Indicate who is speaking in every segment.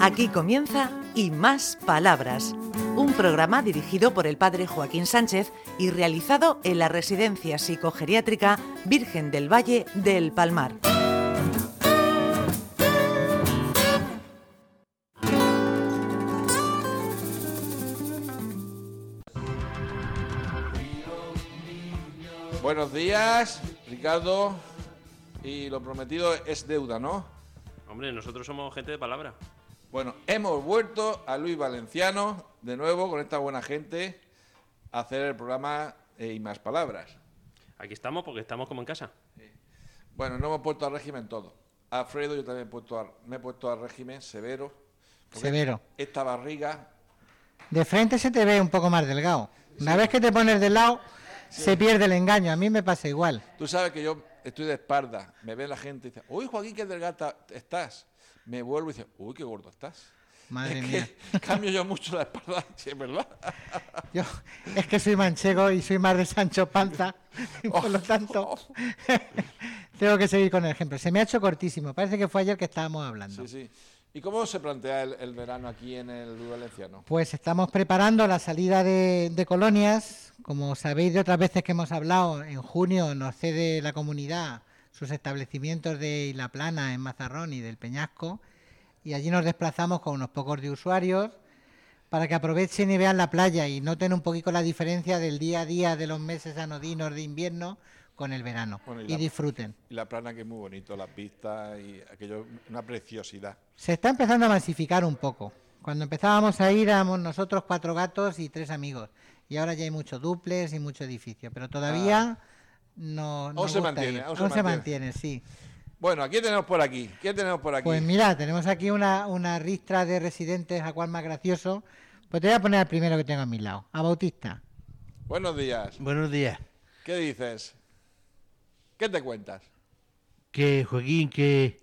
Speaker 1: Aquí comienza Y Más Palabras, un programa dirigido por el padre Joaquín Sánchez y realizado en la Residencia Psicogeriátrica Virgen del Valle del Palmar.
Speaker 2: Buenos días, Ricardo. Y lo prometido es deuda, ¿no?
Speaker 3: Hombre, nosotros somos gente de palabra.
Speaker 2: Bueno, hemos vuelto a Luis Valenciano, de nuevo, con esta buena gente, a hacer el programa eh, y más palabras.
Speaker 3: Aquí estamos porque estamos como en casa.
Speaker 2: Bueno, no hemos puesto al régimen todo. Alfredo, yo también he puesto al- me he puesto al régimen severo. porque
Speaker 4: Severo.
Speaker 2: Esta barriga,
Speaker 4: De frente se te ve un poco más delgado. Una vez que te pones de lado, se pierde el engaño. A mí me pasa igual.
Speaker 2: Tú sabes que yo estoy de espalda, me ve la gente y dice, uy Joaquín, qué delgata estás. Me vuelvo y dice, uy, qué gordo estás.
Speaker 4: Madre
Speaker 2: es
Speaker 4: mía.
Speaker 2: que cambio yo mucho la espalda, sí, es verdad.
Speaker 4: Yo es que soy manchego y soy más de Sancho Panza. y por
Speaker 2: Oh.
Speaker 4: lo tanto, tengo que seguir con el ejemplo. Se me ha hecho cortísimo. Parece que fue ayer que estábamos hablando.
Speaker 2: Sí, sí. ¿Y cómo se plantea el, el verano aquí en el Luis Valenciano?
Speaker 4: Pues estamos preparando la salida de, de colonias. Como sabéis de otras veces que hemos hablado, en junio nos cede la comunidad sus establecimientos de La Plana, en Mazarrón y del Peñasco. Y allí nos desplazamos con unos pocos de usuarios para que aprovechen y vean la playa y noten un poquito la diferencia del día a día de los meses anodinos de invierno con el verano.
Speaker 2: Bueno, y
Speaker 4: y
Speaker 2: la-
Speaker 4: disfruten.
Speaker 2: Y la plana que es muy bonito, las pistas y aquello, una preciosidad.
Speaker 4: Se está empezando a masificar un poco. Cuando empezábamos a ir éramos nosotros cuatro gatos y tres amigos. Y ahora ya hay muchos duples y mucho edificio. Pero todavía no, no
Speaker 2: Ah. Aún se
Speaker 4: gusta
Speaker 2: mantiene,
Speaker 4: ir.
Speaker 2: aún se
Speaker 4: Aún se
Speaker 2: mantiene.
Speaker 4: mantiene, sí.
Speaker 2: Bueno, ¿a quién tenemos por aquí? ¿Quién tenemos por aquí?
Speaker 4: Pues mira, tenemos aquí una, una ristra de residentes, a cual más gracioso. Pues te voy a poner al primero que tengo a mi lado, a Bautista.
Speaker 2: Buenos días.
Speaker 5: Buenos días.
Speaker 2: ¿Qué dices? ¿Qué te cuentas?
Speaker 5: Que Joaquín, que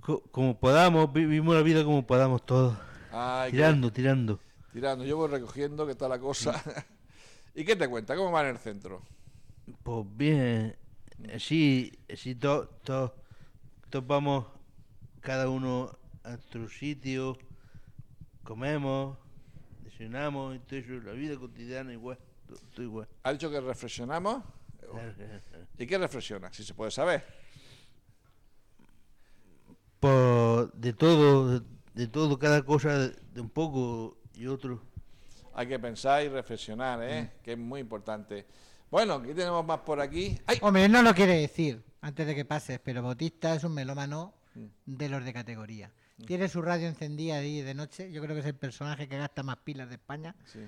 Speaker 5: co- como podamos, vi- vivimos la vida como podamos todos.
Speaker 2: Ay, qué-
Speaker 5: Tirando, tirando.
Speaker 2: tirando. Yo voy recogiendo, ¿qué tal la cosa? ¿Y qué te cuenta? ¿Cómo va en el centro?
Speaker 5: Pues bien, así, así todos vamos cada uno a nuestro sitio, comemos, desayunamos, y todo eso, la vida cotidiana igual, todo, todo igual.
Speaker 2: Ha dicho que reflexionamos.
Speaker 5: Claro, claro, claro.
Speaker 2: ¿Y qué reflexiona? Si se puede saber.
Speaker 5: Pues de todo, de, de todo, cada cosa, de- de un poco y otro.
Speaker 2: Hay que pensar y reflexionar, ¿eh? Que es muy importante. Bueno, ¿qué tenemos más por aquí? ¡Ay!
Speaker 4: Hombre, no lo quiere decir antes de que pases, pero Bautista es un melómano de los de categoría.
Speaker 2: Mm.
Speaker 4: Tiene su radio encendida ahí de noche. Yo creo que es el personaje que gasta más pilas de España.
Speaker 2: Sí.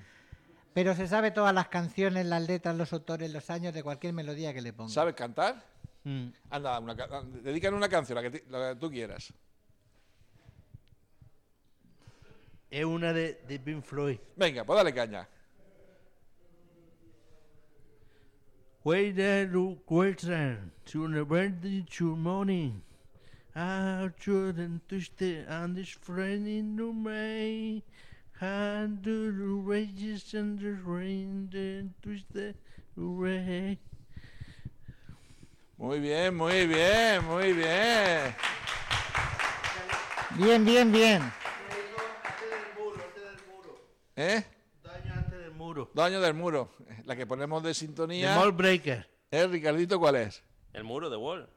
Speaker 4: Pero se sabe todas las canciones, las letras, los autores, los años de cualquier melodía que le ponga.
Speaker 2: ¿Sabes cantar?
Speaker 5: Mm.
Speaker 2: Anda, una, ca- dedícale una canción, la que, ti- la que tú quieras.
Speaker 5: Es una de, de Pink Floyd.
Speaker 2: Venga, pues dale caña.
Speaker 5: Wait there to question to the birthday to morning. How children Tuesday and this Friday no May. How do the wages and the rain the Tuesday away.
Speaker 2: Muy bien, muy bien, muy bien.
Speaker 4: Bien, bien, bien.
Speaker 2: ¿Eh?
Speaker 5: Daño antes del muro.
Speaker 2: Daño del muro. La que ponemos de
Speaker 5: The
Speaker 2: sintonía.
Speaker 5: Mall Breaker.
Speaker 2: ¿Eh, Ricardito, cuál es?
Speaker 3: El muro de Wall.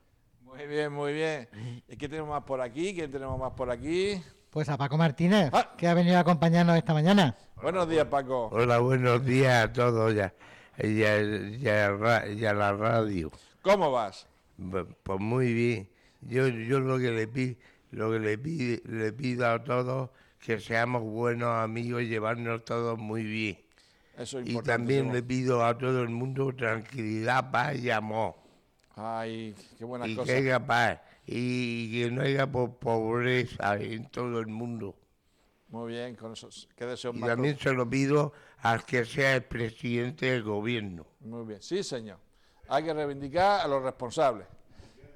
Speaker 2: Muy bien, muy bien. ¿Y qué tenemos más por aquí? ¿Quién tenemos más por aquí?
Speaker 4: Pues a Paco Martínez,
Speaker 2: Ah.
Speaker 4: que ha venido a acompañarnos esta mañana.
Speaker 2: Buenos días, Paco.
Speaker 6: Hola, buenos días a todos ya. Ya, ya, ra- ya la radio.
Speaker 2: ¿Cómo vas?
Speaker 6: Bu- Pues muy bien. Yo, yo lo que le pido, lo que le pido, le pido a todos que seamos buenos amigos, llevarnos todos muy bien.
Speaker 2: Eso es
Speaker 6: Y
Speaker 2: importante.
Speaker 6: también le pido a todo el mundo tranquilidad, paz y amor.
Speaker 2: Ay, qué buenas
Speaker 6: Y que
Speaker 2: cosas.
Speaker 6: haya paz. Y que no haya po- pobreza en todo el mundo.
Speaker 2: Muy bien, con esos. Qué deseos
Speaker 6: Y
Speaker 2: más.
Speaker 6: también se lo pido al que sea el presidente del gobierno.
Speaker 2: Muy bien. Sí, señor. Hay que reivindicar a los responsables.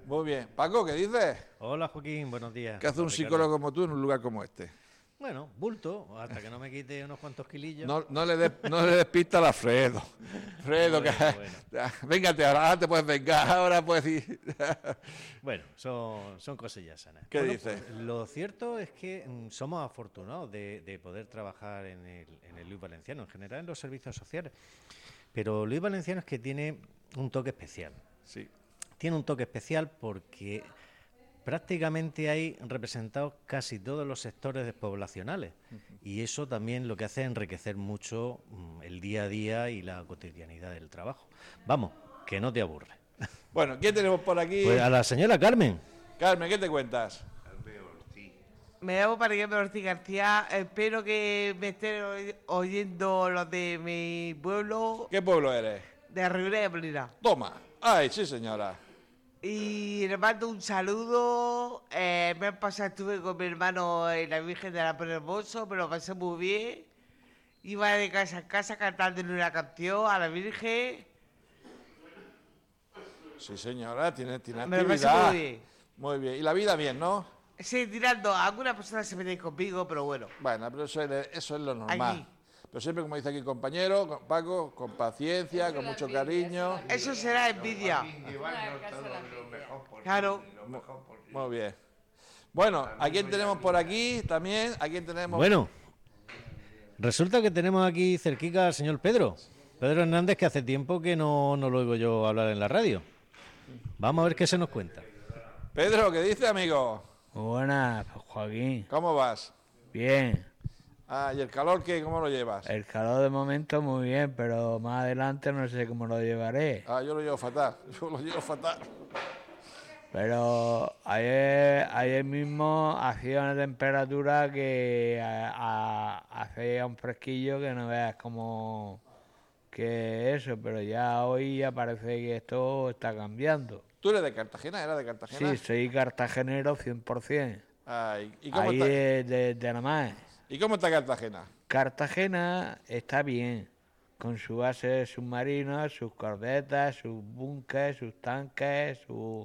Speaker 2: Muy bien. Paco, ¿qué dices?
Speaker 7: Hola Joaquín, buenos días.
Speaker 2: ¿Qué hace un
Speaker 7: Ricardo.
Speaker 2: psicólogo como tú en un lugar como este?
Speaker 5: Bueno, bulto, hasta que no me quite unos cuantos kilillos.
Speaker 2: No, no le des no le des pista a Fredo. Fredo, que. Véngate, ahora, ahora te puedes vengar, ahora puedes ir.
Speaker 5: Bueno, son, son cosillas sanas.
Speaker 2: ¿Qué
Speaker 5: Bueno,
Speaker 2: dices?
Speaker 5: pues, lo cierto es que mm, somos afortunados de, de poder trabajar en el, en el Luis Valenciano, en general en los servicios sociales. Pero Luis Valenciano es que tiene un toque especial.
Speaker 2: Sí.
Speaker 5: Tiene un toque especial porque prácticamente hay representados casi todos los sectores despoblacionales. Y eso también lo que hace es enriquecer mucho mm, el día a día y la cotidianidad del trabajo. Vamos, que no te aburre.
Speaker 2: Bueno, ¿quién tenemos por aquí?
Speaker 5: Pues a la señora Carmen.
Speaker 2: Carmen, ¿qué te cuentas?
Speaker 8: Me llamo Paraguay Ortiz García. Espero que me estén oy- oyendo los de mi pueblo
Speaker 2: ¿Qué pueblo eres?
Speaker 8: de Ribera de Plena.
Speaker 2: Toma. Ay, sí, señora.
Speaker 8: Y le mando un saludo. Eh, me han pasado, estuve con mi hermano en la Virgen de la Pena Hermoso, me lo pasé muy bien. Iba de casa en casa cantándole una canción a la Virgen.
Speaker 2: Sí, señora, tiene, tiene
Speaker 8: Me lo pasé
Speaker 2: actividad.
Speaker 8: muy bien.
Speaker 2: Muy bien. Y la vida bien, ¿no?
Speaker 8: Sí, tirando. Algunas personas se meten conmigo, pero bueno.
Speaker 2: Bueno, pero eso es, eso es lo normal.
Speaker 8: Aquí.
Speaker 2: Pero siempre, como dice aquí el compañero, con- Paco, con paciencia, con mucho cariño.
Speaker 8: Eso será envidia.
Speaker 6: Llevarnos todo lo mejor posible,
Speaker 8: Claro.
Speaker 6: lo mejor posible.
Speaker 2: Muy bien. Bueno, ¿a quién tenemos por aquí también? ¿A quién tenemos?
Speaker 5: Bueno, resulta que tenemos aquí cerquita al señor Pedro. Pedro Hernández, que hace tiempo que no, no lo oigo yo hablar en la radio. Vamos a ver qué se nos cuenta.
Speaker 2: Pedro, ¿qué dice, amigo?
Speaker 9: Muy buenas, Joaquín.
Speaker 2: ¿Cómo vas?
Speaker 9: Bien.
Speaker 2: Ah, ¿y el calor qué? ¿Cómo lo llevas?
Speaker 8: Eh.
Speaker 9: El calor de momento muy bien, pero más adelante no sé cómo lo llevaré.
Speaker 2: Ah, yo lo llevo fatal. Yo lo llevo fatal.
Speaker 9: Pero ayer, ayer mismo hacía una temperatura que eh, a- a- hacía un fresquillo que no veas como que eso, pero ya hoy ya parece que esto está cambiando.
Speaker 2: ¿Tú eres de Cartagena? ¿Eras de Cartagena?
Speaker 9: Sí, soy cartagenero 100%.
Speaker 2: Ay, ¿y, cómo
Speaker 9: Ahí
Speaker 2: está,
Speaker 9: de, de, de la más.
Speaker 2: ¿Y cómo está Cartagena?
Speaker 9: Cartagena está bien, con su base submarina, sus corbetas, sus búnkeres, sus tanques, su...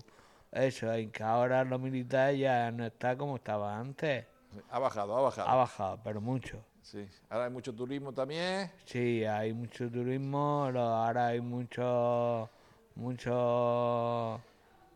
Speaker 9: Eso, en que ahora lo militar ya no está como estaba antes.
Speaker 2: Ha bajado, ha bajado.
Speaker 9: Ha bajado, pero mucho.
Speaker 2: Sí, ahora hay mucho turismo también.
Speaker 9: Sí, hay mucho turismo, lo- ahora hay mucho... Mucho...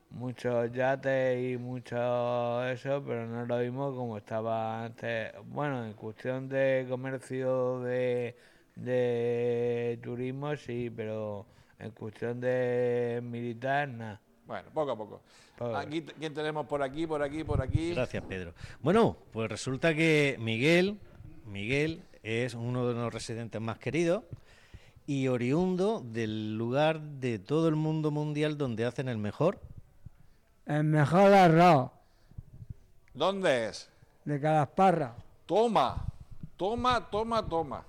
Speaker 9: Muchos yates y mucho eso, pero no lo mismo como estaba antes. Bueno, en cuestión de comercio, de, de turismo, sí, pero en cuestión de militar, nada.
Speaker 2: Bueno, poco a poco.
Speaker 9: Poco.
Speaker 2: Aquí, te- ¿Quién tenemos por aquí, por aquí, por aquí?
Speaker 5: Gracias, Pedro. Bueno, pues resulta que Miguel, Miguel es uno de los residentes más queridos y oriundo del lugar de todo el mundo mundial donde hacen el mejor.
Speaker 10: El mejor arroz
Speaker 2: ¿Dónde es?
Speaker 10: de Calasparra.
Speaker 2: Toma, toma, toma, toma.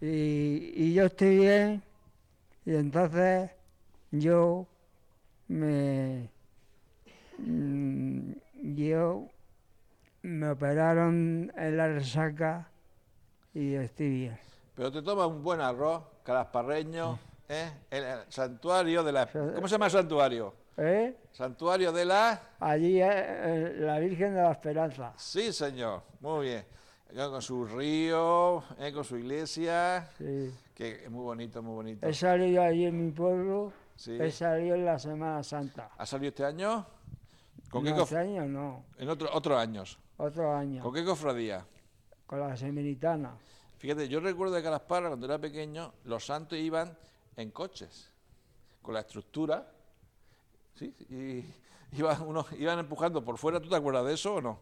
Speaker 10: Y, y yo estoy bien. Y entonces yo me. mm, Yo me operaron en la resaca y estoy bien.
Speaker 2: Pero te toma un buen arroz, calasparreño, ¿eh? El, el santuario de la... ¿Cómo se llama el santuario?
Speaker 10: ¿Eh?
Speaker 2: Santuario de la...
Speaker 10: Allí eh, eh, la Virgen de la Esperanza.
Speaker 2: Sí, señor, muy bien. Con con su río, ¿eh? con su iglesia,
Speaker 10: Sí.
Speaker 2: que es muy bonito, muy bonito.
Speaker 10: He salido allí en mi pueblo.
Speaker 2: Sí.
Speaker 10: He salido en la Semana Santa.
Speaker 2: ¿Ha salido este año? ¿Con qué
Speaker 10: no,
Speaker 2: cof-
Speaker 10: este año no,
Speaker 2: En otro, otros años.
Speaker 10: otro año.
Speaker 2: ¿Con qué cofradía?
Speaker 10: Con la seminitana.
Speaker 2: Fíjate, yo recuerdo de Calasparra, cuando era pequeño, los santos iban en coches, con la estructura, ¿sí? y iban, unos, iban empujando por fuera, ¿tú te acuerdas de eso o no?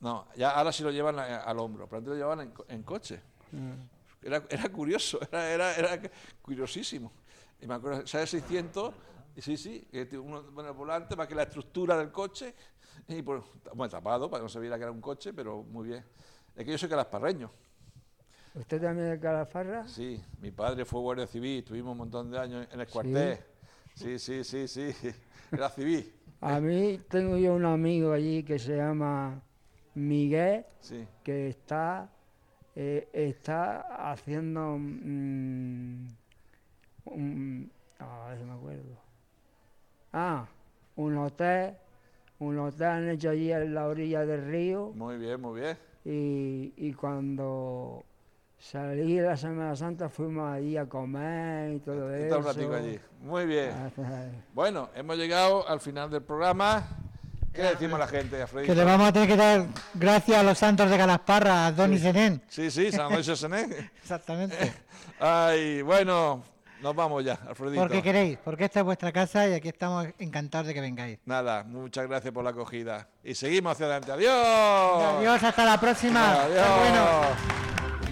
Speaker 2: No, ya ahora sí lo llevan a- al hombro, pero antes lo llevaban en, co- en coche. Era, era curioso, era, era, era curiosísimo. Y me acuerdo, ¿sabes 600? Y Sí, sí, que te- uno pone el volante para que la estructura del coche, y por, bueno, tapado para que no se viera que era un coche, pero muy bien. Es que yo soy calasparreño.
Speaker 10: ¿Usted también es de Calafarra?
Speaker 2: Sí, mi padre fue guardia civil, estuvimos un montón de años en el cuartel. Sí, sí, sí, sí. Era civil.
Speaker 10: A mí tengo yo un amigo allí que se llama Miguel,
Speaker 2: Sí.
Speaker 10: que está, eh, está haciendo... mm, un, a ver si me acuerdo. Ah, un hotel. Un hotel han hecho allí en la orilla del río
Speaker 2: Muy bien, muy bien.
Speaker 9: Y, y cuando salí de la Semana Santa fuimos allí a comer y todo
Speaker 2: Está
Speaker 9: eso.
Speaker 2: un ratico allí. Muy bien.
Speaker 9: Ajá.
Speaker 2: Bueno, hemos llegado al final del programa. ¿Qué le decimos a la gente, Alfredo?
Speaker 4: Que le vamos a tener que dar gracias a los santos de Galasparra, a Don y Senén.
Speaker 2: Sí, sí, San Luis Sesené.
Speaker 4: Exactamente.
Speaker 2: Ay, bueno, nos vamos ya, Alfredito.
Speaker 4: Porque queréis, porque esta es vuestra casa y aquí estamos encantados de que vengáis.
Speaker 2: Nada, muchas gracias por la acogida. Y seguimos hacia adelante. ¡Adiós!
Speaker 4: Adiós, hasta la próxima.
Speaker 2: ¡Adiós!
Speaker 4: Hasta bueno.